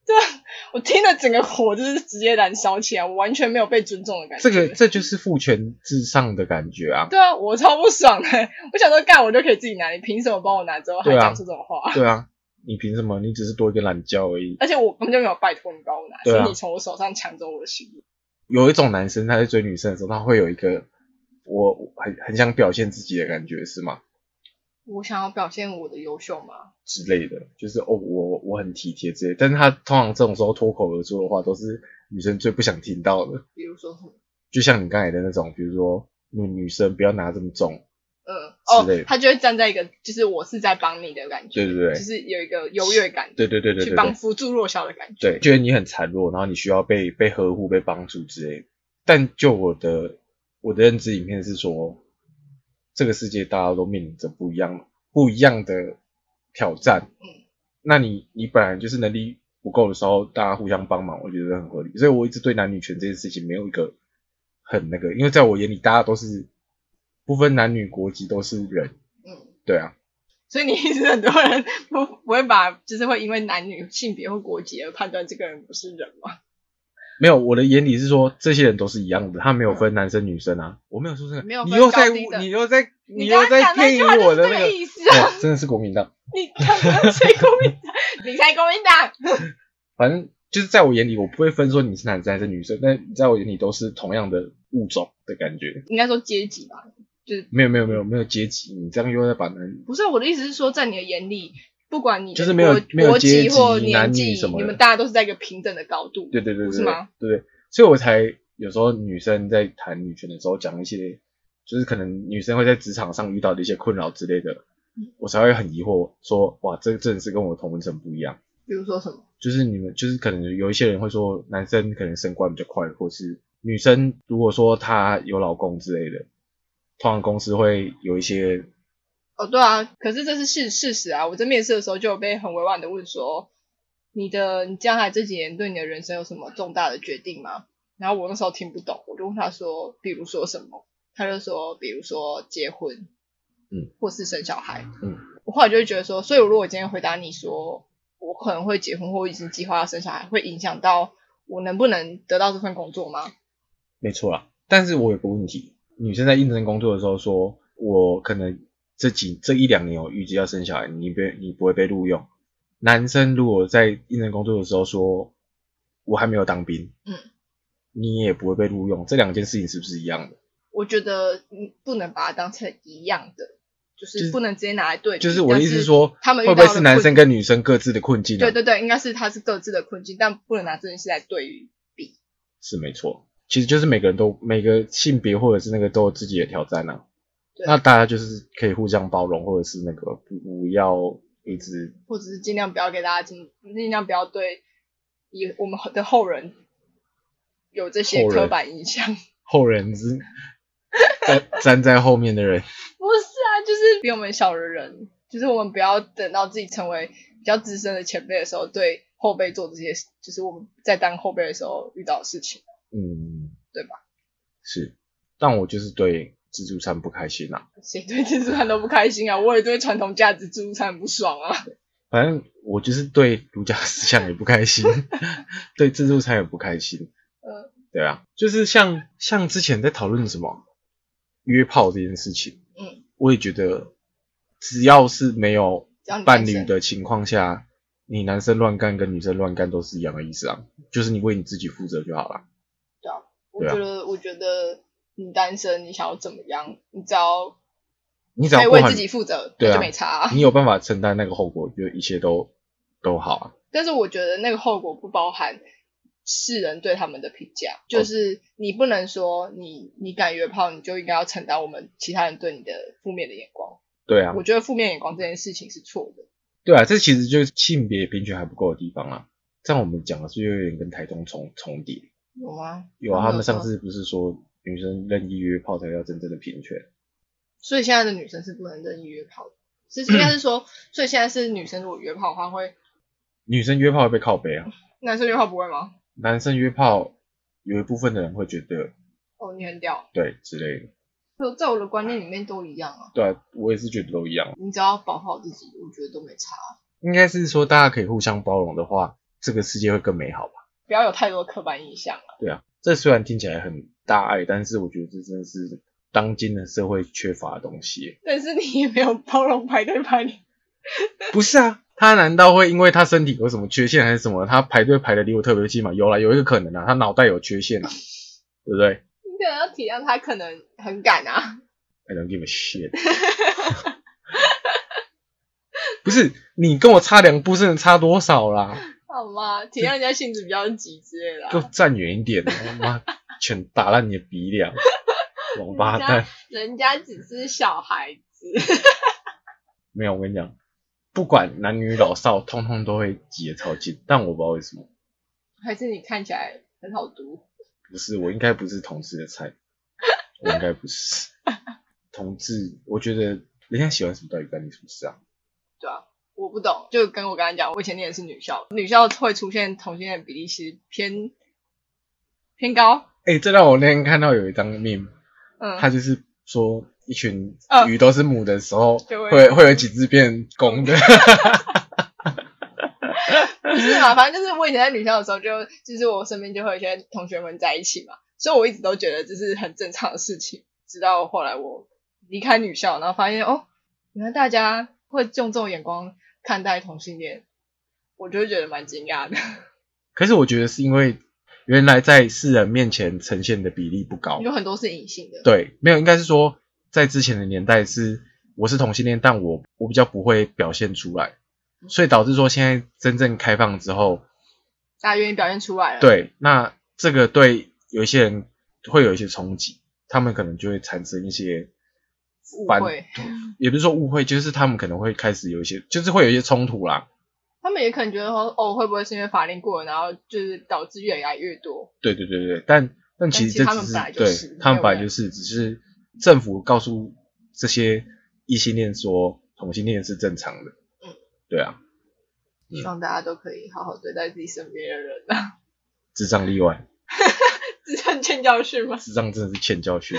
[SPEAKER 2] 我听了整个火就是直接燃烧起来，我完全没有被尊重的感
[SPEAKER 1] 这
[SPEAKER 2] 觉。
[SPEAKER 1] 个这就是父权至上的感觉啊，
[SPEAKER 2] 对啊，我超不爽的、我想说干我就可以自己拿，你凭什么帮我拿之后还
[SPEAKER 1] 对啊
[SPEAKER 2] 讲出这种话？
[SPEAKER 1] 对啊，你凭什么？你只是多一个懒觉而已。
[SPEAKER 2] 而且我根本就没有拜托你帮我拿，
[SPEAKER 1] 对啊
[SPEAKER 2] 是你从我手上抢走我的行李。
[SPEAKER 1] 有一种男生他在追女生的时候，他会有一个我我很很想表现自己的感觉是吗？
[SPEAKER 2] 我想要表现我的优秀吗？
[SPEAKER 1] 之类的，就是哦，我我很体贴之类的。但是他通常这种时候脱口而出的话，都是女生最不想听到的。
[SPEAKER 2] 比如说什么？
[SPEAKER 1] 就像你刚才的那种，比如说女女生不要拿这么重，
[SPEAKER 2] 嗯，
[SPEAKER 1] 之类
[SPEAKER 2] 哦
[SPEAKER 1] 的，
[SPEAKER 2] 他就会站在一个就是我是在帮你的感觉，
[SPEAKER 1] 对对对
[SPEAKER 2] 就是有一个优越感，
[SPEAKER 1] 对对对对
[SPEAKER 2] 去
[SPEAKER 1] 对
[SPEAKER 2] 帮
[SPEAKER 1] 对，
[SPEAKER 2] 扶助弱小的感觉。
[SPEAKER 1] 对，觉得你很孱弱，然后你需要被被呵护、被帮助之类的。但就我的我的认知里面是说，这个世界大家都面临着不一样不一样的挑战。
[SPEAKER 2] 嗯，
[SPEAKER 1] 那你你本来就是能力不够的时候，大家互相帮忙，我觉得很合理。所以我一直对男女权这件事情没有一个很那个，因为在我眼里，大家都是不分男女国籍都是人。
[SPEAKER 2] 嗯，
[SPEAKER 1] 对啊，
[SPEAKER 2] 所以你一直很多人不不会把，就是会因为男女性别或国籍而判断这个人不是人吗？
[SPEAKER 1] 没有，我的眼里是说，这些人都是一样的，他没有分男生女生啊。我没有说这个，
[SPEAKER 2] 没有
[SPEAKER 1] 你
[SPEAKER 2] 分
[SPEAKER 1] 又
[SPEAKER 2] 高
[SPEAKER 1] 在
[SPEAKER 2] 低的
[SPEAKER 1] 你又在你
[SPEAKER 2] 刚
[SPEAKER 1] 又
[SPEAKER 2] 刚讲
[SPEAKER 1] 在
[SPEAKER 2] 那
[SPEAKER 1] 偏
[SPEAKER 2] 句
[SPEAKER 1] 移
[SPEAKER 2] 话就是
[SPEAKER 1] 我
[SPEAKER 2] 这
[SPEAKER 1] 的那
[SPEAKER 2] 个
[SPEAKER 1] 个，哦
[SPEAKER 2] 意思啊！
[SPEAKER 1] 哇真的是国民 党。
[SPEAKER 2] 你看不是国 民党，你才国民党。
[SPEAKER 1] 反正就是在我眼里，我不会分说你是男生还是女生，但在我眼里都是同样的物种的感觉。
[SPEAKER 2] 应该说阶级吧，就是
[SPEAKER 1] 没有没有没有没有阶级，你这样又在把男
[SPEAKER 2] 不是啊我的意思是说，在你的眼里，不管你的
[SPEAKER 1] 就是没有
[SPEAKER 2] 国
[SPEAKER 1] 没有
[SPEAKER 2] 国籍
[SPEAKER 1] 阶级
[SPEAKER 2] 或
[SPEAKER 1] 男
[SPEAKER 2] 年
[SPEAKER 1] 女
[SPEAKER 2] 纪，
[SPEAKER 1] 什么
[SPEAKER 2] 你
[SPEAKER 1] 的
[SPEAKER 2] 们大家都是在一个平等的高度。
[SPEAKER 1] 对对对
[SPEAKER 2] 不
[SPEAKER 1] 对
[SPEAKER 2] 是
[SPEAKER 1] 对
[SPEAKER 2] 吗
[SPEAKER 1] 对对，所以我才有时候女生在谈女权的时候讲一些，就是可能女生会在职场上遇到的一些困扰之类的
[SPEAKER 2] 嗯，
[SPEAKER 1] 我才会很疑惑说，哇，这真的是跟我的同文层不一样。
[SPEAKER 2] 比如说什么，
[SPEAKER 1] 就是你们就是可能有一些人会说男生可能升官比较快，或是女生如果说她有老公之类的，通常公司会有一些
[SPEAKER 2] 哦，对啊，可是这是事事实啊。我在面试的时候就有被很委婉的问说，你的你将来这几年对你的人生有什么重大的决定吗？然后我那时候听不懂，我就问他说，比如说什么？他就说，比如说结婚，
[SPEAKER 1] 嗯，
[SPEAKER 2] 或是生小孩，
[SPEAKER 1] 嗯。
[SPEAKER 2] 我后来就会觉得说，所以如果我今天回答你说我可能会结婚或已经计划要生小孩，会影响到我能不能得到这份工作吗？
[SPEAKER 1] 没错啦。但是我有个问题，女生在应征工作的时候说，我可能这几这一两年我预计要生小孩，你被你不会被录用。男生如果在应征工作的时候说，我还没有当兵，
[SPEAKER 2] 嗯，
[SPEAKER 1] 你也不会被录用，这两件事情是不是一样的？
[SPEAKER 2] 我觉得嗯不能把它当成一样的，就
[SPEAKER 1] 就是是
[SPEAKER 2] 不能直接拿来对比。
[SPEAKER 1] 就是我的意思
[SPEAKER 2] 但
[SPEAKER 1] 是
[SPEAKER 2] 是
[SPEAKER 1] 说，
[SPEAKER 2] 他们遇
[SPEAKER 1] 会
[SPEAKER 2] 到
[SPEAKER 1] 不会是男生
[SPEAKER 2] 的
[SPEAKER 1] 跟女生各自的困境、
[SPEAKER 2] 困
[SPEAKER 1] 啊？
[SPEAKER 2] 对对对，应该是他是各自的困境，但不能拿这件事来对比。
[SPEAKER 1] 是没错，其实就是每个人都每个性别或者是那个都有自己的挑战啊。
[SPEAKER 2] 对
[SPEAKER 1] 那大家就是可以互相包容，或者是那个不不要一直
[SPEAKER 2] 或者是尽量不要给大家尽尽量不要对以我们的后人有这些
[SPEAKER 1] 后人
[SPEAKER 2] 刻板印象。
[SPEAKER 1] 后人是站站在后面的人。
[SPEAKER 2] 不是啊，就是比我们小的人，就是我们不要等到自己成为比较资深的前辈的时候，对后辈做这些，就是我们在当后辈的时候遇到的事情。
[SPEAKER 1] 嗯，
[SPEAKER 2] 对吧？
[SPEAKER 1] 是，但我就是对自助餐不开心啊。
[SPEAKER 2] 谁对自助餐都不开心啊？我也对传统价值自助餐很不爽啊。
[SPEAKER 1] 反正我就是对儒家思想也不开 心，对自助餐也不开心。
[SPEAKER 2] 嗯，
[SPEAKER 1] 对啊，就是像像之前在讨论什么约炮这件事情，
[SPEAKER 2] 嗯，
[SPEAKER 1] 我也觉得只要是没有
[SPEAKER 2] 只要你
[SPEAKER 1] 伴
[SPEAKER 2] 单
[SPEAKER 1] 侣
[SPEAKER 2] 身
[SPEAKER 1] 的情况下，你男生乱干跟女生乱干都是一样的意思啊，就是你为你自己负责就好了。
[SPEAKER 2] 我
[SPEAKER 1] 对啊
[SPEAKER 2] 觉得，我觉得你单身，你想要怎么样，你只要
[SPEAKER 1] 你只
[SPEAKER 2] 可以
[SPEAKER 1] 要过
[SPEAKER 2] 为
[SPEAKER 1] 好
[SPEAKER 2] 自
[SPEAKER 1] 你
[SPEAKER 2] 己负责，
[SPEAKER 1] 对
[SPEAKER 2] 那
[SPEAKER 1] 啊
[SPEAKER 2] 就没差、啊。
[SPEAKER 1] 你有办法承担那个后果，就一切都都好啊。
[SPEAKER 2] 但是我觉得那个后果不包含世人对他们的评价，就
[SPEAKER 1] 哦
[SPEAKER 2] 是你不能说你你敢约炮，你就应该要承担我们其他人对你的负面的眼光。
[SPEAKER 1] 对啊
[SPEAKER 2] 我，觉得负面眼光这件事情是错的。
[SPEAKER 1] 对啊，这其实就是性别平权还不够的地方啊。这样我们讲的是有点跟台中重重叠。
[SPEAKER 2] 有吗？
[SPEAKER 1] 有啊，他们上
[SPEAKER 2] 说，
[SPEAKER 1] 次不是说女生任意约炮才叫真正的平权？
[SPEAKER 2] 所以现在的女生是不能任意约炮的，是应该是说，所以现在是女生如果约炮的话会，
[SPEAKER 1] 女生约炮会被靠背啊，
[SPEAKER 2] 男生约炮不会吗？
[SPEAKER 1] 男生约炮有一部分的人会觉得
[SPEAKER 2] 哦，你很屌，
[SPEAKER 1] 对之类的。
[SPEAKER 2] 就在我的观念里面都一样啊，
[SPEAKER 1] 对啊，我也是觉得都一样。
[SPEAKER 2] 你只要保护好自己，我觉得都没差，
[SPEAKER 1] 应该是说大家可以互相包容的话，这个世界会更美好吧。
[SPEAKER 2] 不要有太多刻板印象啊。
[SPEAKER 1] 对啊，这虽然听起来很大爱，但是我觉得这真的是当今的社会缺乏的东西。
[SPEAKER 2] 但是你也没有包容排队排你
[SPEAKER 1] 不是啊，他难道会因为他身体有什么缺陷还是什么，他排队排的离我特别近吗？有啦，有一个可能啊，他脑袋有缺陷啊，对不对
[SPEAKER 2] 你可能要体谅他，可能很赶啊。
[SPEAKER 1] ？I don't give a shit 。不是你跟我差两步，是能差多少啦？
[SPEAKER 2] 好吗？体谅人家性子比较急之类的
[SPEAKER 1] 给
[SPEAKER 2] 啊、
[SPEAKER 1] 我站远一点，我妈全打烂你的鼻梁，王八蛋！
[SPEAKER 2] 人家只是小孩子，
[SPEAKER 1] 没有，我跟你讲，不管男女老少，通通都会挤得超近。但我不知道为什么，
[SPEAKER 2] 还是你看起来很好读。
[SPEAKER 1] 不是我应该不是同志的菜，我应该不是 同志。我觉得人家喜欢什么到底关你什么事啊？
[SPEAKER 2] 我不懂，就跟我刚才讲，我以前念的是女校，女校会出现同性恋比例其实偏偏高。
[SPEAKER 1] 哎、这让我那天看到有一张 meme，
[SPEAKER 2] 嗯，
[SPEAKER 1] 他就是说一群
[SPEAKER 2] 嗯
[SPEAKER 1] 鱼都是母的时候，
[SPEAKER 2] 就会
[SPEAKER 1] 会会有几只变公的。
[SPEAKER 2] 不是嘛？啊反正就是我以前在女校的时候就，就是我身边就会有一些同学们在一起嘛，所以我一直都觉得这是很正常的事情。直到后来我离开女校，然后发现哦，原来大家会用这种眼光看待同性恋，我就会觉得蛮惊讶的。
[SPEAKER 1] 可是我觉得是因为原来在世人面前呈现的比例不高，
[SPEAKER 2] 有很多是隐性的，
[SPEAKER 1] 哦对，没有，应该是说在之前的年代是我是同性恋，但我我比较不会表现出来，所以导致说现在真正开放之后，
[SPEAKER 2] 大家愿意表现出来了。，
[SPEAKER 1] 对，那这个对有一些人会有一些冲击，他们可能就会产生一些
[SPEAKER 2] 误
[SPEAKER 1] 反
[SPEAKER 2] 会，
[SPEAKER 1] 也不是说误会，就是他们可能会开始有一些，就是会有一些冲突啦。
[SPEAKER 2] 他们也可能觉得说，哦，会不会是因为法令过了，然后就是导致越来越多？
[SPEAKER 1] 对对对对，但但其
[SPEAKER 2] 其
[SPEAKER 1] 实
[SPEAKER 2] 实
[SPEAKER 1] 这
[SPEAKER 2] 他
[SPEAKER 1] 只
[SPEAKER 2] 们
[SPEAKER 1] 是
[SPEAKER 2] 本来就
[SPEAKER 1] 对
[SPEAKER 2] 是
[SPEAKER 1] 他
[SPEAKER 2] 没
[SPEAKER 1] 们
[SPEAKER 2] 有
[SPEAKER 1] 本来就
[SPEAKER 2] 人
[SPEAKER 1] 是，只是政府告诉这些异性恋说同性恋是正常的，
[SPEAKER 2] 嗯，
[SPEAKER 1] 对啊，嗯
[SPEAKER 2] 希望大家都可以好好对待自己身边的人啊，
[SPEAKER 1] 智障例外。
[SPEAKER 2] 这算劝教训吗？
[SPEAKER 1] 智障真的是欠教训。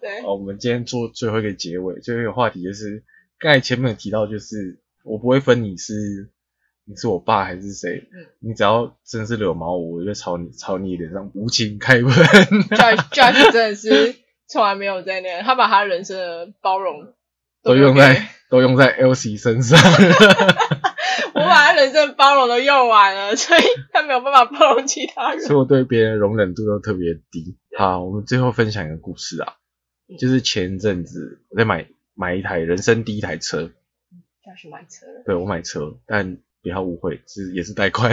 [SPEAKER 2] 对，
[SPEAKER 1] 好，我们今天做最后一个结尾，最后一个话题就是刚才前面有提到，就是我不会分你是你是我爸还是谁
[SPEAKER 2] 嗯，
[SPEAKER 1] 你只要真的是惹毛我，我就朝你朝你脸上无情开喷。
[SPEAKER 2] Josh Josh 真的是从来没有在那样，他把他人生的包容
[SPEAKER 1] 都用在都用在 LC 身上，
[SPEAKER 2] 我把他人生的包容都用完了，所以他没有办法包容其他人。
[SPEAKER 1] 所以我对别人的容忍度都特别低。好，我们最后分享一个故事啊，就是前阵子我在买买一台人生第一台车，
[SPEAKER 2] Josh 买车了，
[SPEAKER 1] 对我买车，但不要误会，是也是贷 款。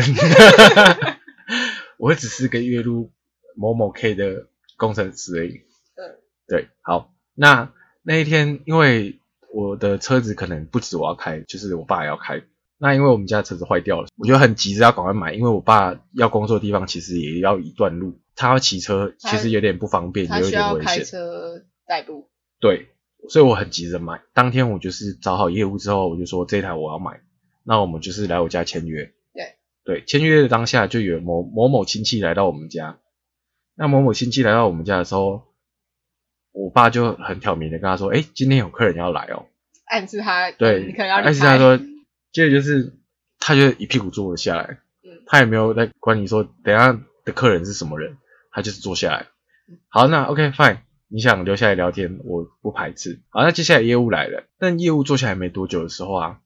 [SPEAKER 1] 我只是个月入某某 K 的工程师而已。
[SPEAKER 2] 嗯，
[SPEAKER 1] 对，好，那那一天因为我的车子可能不止我要开，就是我爸也要开。那因为我们家车子坏掉了，我就很急着要赶快买，因为我爸要工作的地方其实也要一段路，他要骑车其实有点不方便，
[SPEAKER 2] 他
[SPEAKER 1] 也有
[SPEAKER 2] 需
[SPEAKER 1] 点
[SPEAKER 2] 要
[SPEAKER 1] 危
[SPEAKER 2] 开
[SPEAKER 1] 险。
[SPEAKER 2] 车代步。
[SPEAKER 1] 对，所以我很急着买。当天我就是找好业务之后，我就说这一台我要买，那我们就是来我家签约。
[SPEAKER 2] 对
[SPEAKER 1] 对，签约的当下就有某某某亲戚来到我们家。那某某亲戚来到我们家的时候，我爸就很挑明的跟他说：“哎，今天有客人要来哦。
[SPEAKER 2] 暗示他，”
[SPEAKER 1] 对，
[SPEAKER 2] 你可能要离开。
[SPEAKER 1] 而且他说，接着就是他就一屁股坐了下来，
[SPEAKER 2] 嗯
[SPEAKER 1] 他也没有在管你说等一下的客人是什么人，他就是坐下来
[SPEAKER 2] 嗯。
[SPEAKER 1] 好，那 OK fine，你想留下来聊天，我不排斥。好，那接下来业务来了，但业务坐下来没多久的时候啊，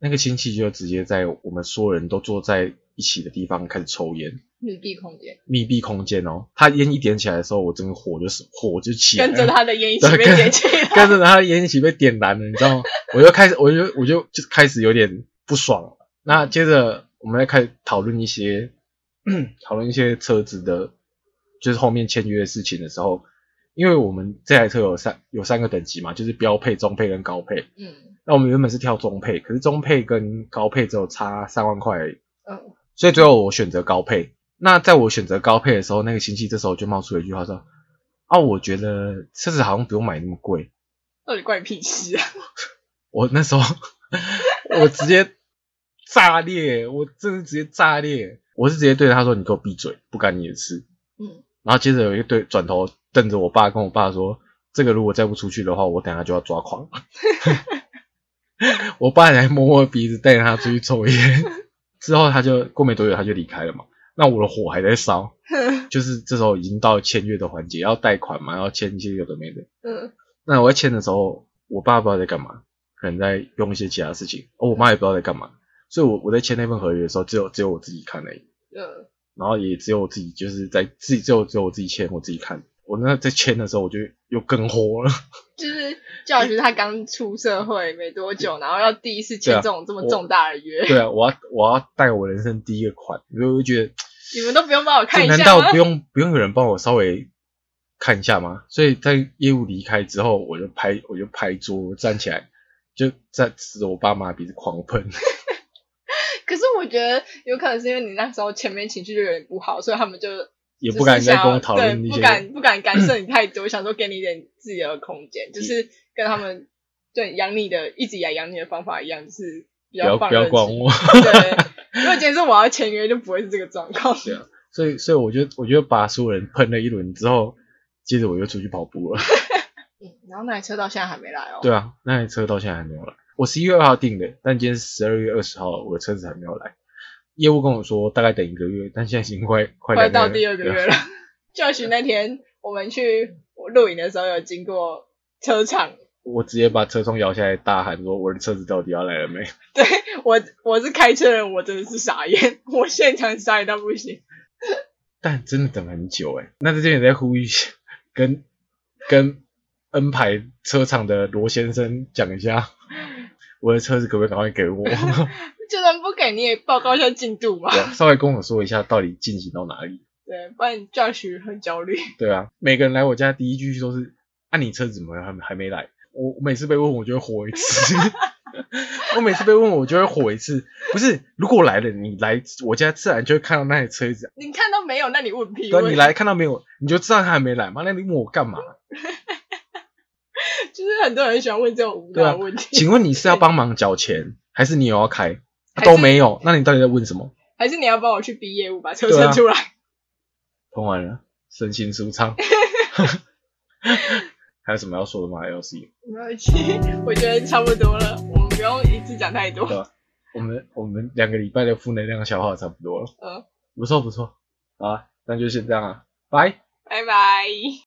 [SPEAKER 1] 那个亲戚就直接在我们所有人都坐在一起的地方开始抽烟，
[SPEAKER 2] 密闭空间，
[SPEAKER 1] 密闭空间哦。他烟一点起来的时候，我整个火就是火就起来了，
[SPEAKER 2] 跟着他的烟一起被点 起来。
[SPEAKER 1] 嗯跟着他的烟一起被点燃了，你知道吗？我就开始，我就我就就开始有点不爽了。那接着我们来开始讨论一些 讨论一些车子的，就是后面签约的事情的时候，因为我们这台车有三有三个等级嘛，就是标配、中配跟高配。
[SPEAKER 2] 嗯
[SPEAKER 1] 那我们原本是跳中配，可是中配跟高配只有差三万块而已，
[SPEAKER 2] 嗯，
[SPEAKER 1] 所以最后我选择高配。那在我选择高配的时候，那个亲戚这时候就冒出了一句话说：“啊，我觉得车子好像不用买那么贵。”
[SPEAKER 2] 到底关你屁事啊？
[SPEAKER 1] 我那时候我直接炸裂，我真的直接炸裂，我是直接对他说：“你给我闭嘴，不干你的事。
[SPEAKER 2] 嗯，”
[SPEAKER 1] 然后接着有一个对转头瞪着我爸，跟我爸说：“这个如果再不出去的话，我等下就要抓狂。”我爸还摸摸鼻子，带着他出去抽烟。之后他就过没多久他就离开了嘛。那我的火还在烧，就是这时候已经到签约的环节，要贷款嘛，要签一些有的没的。
[SPEAKER 2] 嗯，
[SPEAKER 1] 那我在签的时候，我爸不知道在干嘛，可能在用一些其他事情，哦，我妈也不知道在干嘛，所以我我在签那份合约的时候，只有只有我自己看而已，
[SPEAKER 2] 嗯，
[SPEAKER 1] 然后也只有我自己就是在自己只有只有我自己签，我自己看。我那在签的时候，我就又更火了，
[SPEAKER 2] 就是教老师他刚出社会没多久，然后要第一次
[SPEAKER 1] 对
[SPEAKER 2] 签
[SPEAKER 1] 啊
[SPEAKER 2] 这 种这么
[SPEAKER 1] 我
[SPEAKER 2] 重大的约，
[SPEAKER 1] 对啊，我要我要贷我人生第一个款，所以我就觉得，
[SPEAKER 2] 你们都不用帮我看一
[SPEAKER 1] 难
[SPEAKER 2] 下
[SPEAKER 1] 道
[SPEAKER 2] 吗
[SPEAKER 1] 不？用不用有人帮我稍微看一下吗？所以在业务离开之后，我就拍我就拍桌站起来，就在指着我爸妈鼻子狂喷。
[SPEAKER 2] 可是我觉得有可能是因为你那时候前面情绪就有点不好，所以他们就
[SPEAKER 1] 也不敢再跟我讨论
[SPEAKER 2] 就是
[SPEAKER 1] 一
[SPEAKER 2] 想要对不
[SPEAKER 1] 些
[SPEAKER 2] 敢不敢干涉你太多，想说给你一点自己的空 间，就是跟他们对养你的一直以来养你的方法一样，就是比
[SPEAKER 1] 不
[SPEAKER 2] 较
[SPEAKER 1] 要
[SPEAKER 2] 放
[SPEAKER 1] 不要
[SPEAKER 2] 任
[SPEAKER 1] 管
[SPEAKER 2] 自己
[SPEAKER 1] 我
[SPEAKER 2] 对， 如果今天是我要签约，就不会是这个状 况。
[SPEAKER 1] 对啊，所以所以我就我就把所有人喷了一轮之后，接着我又出去跑 步了。啊
[SPEAKER 2] 嗯，然后那台车到现在还没来哦。
[SPEAKER 1] 对啊，那台车到现在还没有来。我十一月二号订的，但今天十二月二十号，我的车子还没有来。业务跟我说大概等一个月，但现在已经快快
[SPEAKER 2] 快
[SPEAKER 1] 两
[SPEAKER 2] 到第二个
[SPEAKER 1] 对啊
[SPEAKER 2] 月了。Josh 那天我们去录影的时候，有经过车厂，
[SPEAKER 1] 我直接把车窗摇下来，大喊说：“我的车子到底要来了没
[SPEAKER 2] 我我是开车人，我真的是傻眼，我现场傻眼到不行。？”
[SPEAKER 1] 但真的等很久哎、那这边也在呼吁 跟跟 N 牌车厂的罗先生讲一 下，我的车子可不可以赶快给我？
[SPEAKER 2] 就算不给你也报告一下进度嘛。
[SPEAKER 1] 对啊稍微跟我说一下到底进行到哪里。
[SPEAKER 2] 对，不然 Josh 很焦虑。
[SPEAKER 1] 对啊，每个人来我家第一句都是：“啊，你车子怎么还还没来？”我我每次被问，我就会火一次。 我每次被问，我就会火一次。不是，如果来了，你来我家自然就会看到那台车子。
[SPEAKER 2] 你看到没有？那你问屁
[SPEAKER 1] 对啊，
[SPEAKER 2] 问。
[SPEAKER 1] 你来看到没有，你就知道他还没来嘛。那你问我干嘛？
[SPEAKER 2] 就是很多人喜欢问这种无聊的问题，
[SPEAKER 1] 请问你是要帮忙缴钱，还是你有要开？啊
[SPEAKER 2] 还是
[SPEAKER 1] 都没有，那你到底在问什么？
[SPEAKER 2] 还是你要帮我去逼业务把车
[SPEAKER 1] 对啊
[SPEAKER 2] 生出来？
[SPEAKER 1] 喷完了，身心舒 畅。还有什么要说的吗？LC，
[SPEAKER 2] 没关系，我觉得差不多了，我们不用一次讲太多。
[SPEAKER 1] 对吧？我们我们两个礼拜的负能量消耗差不多了。
[SPEAKER 2] 嗯，
[SPEAKER 1] 不错不错，好啊，那就先这样啊，拜。
[SPEAKER 2] 拜拜。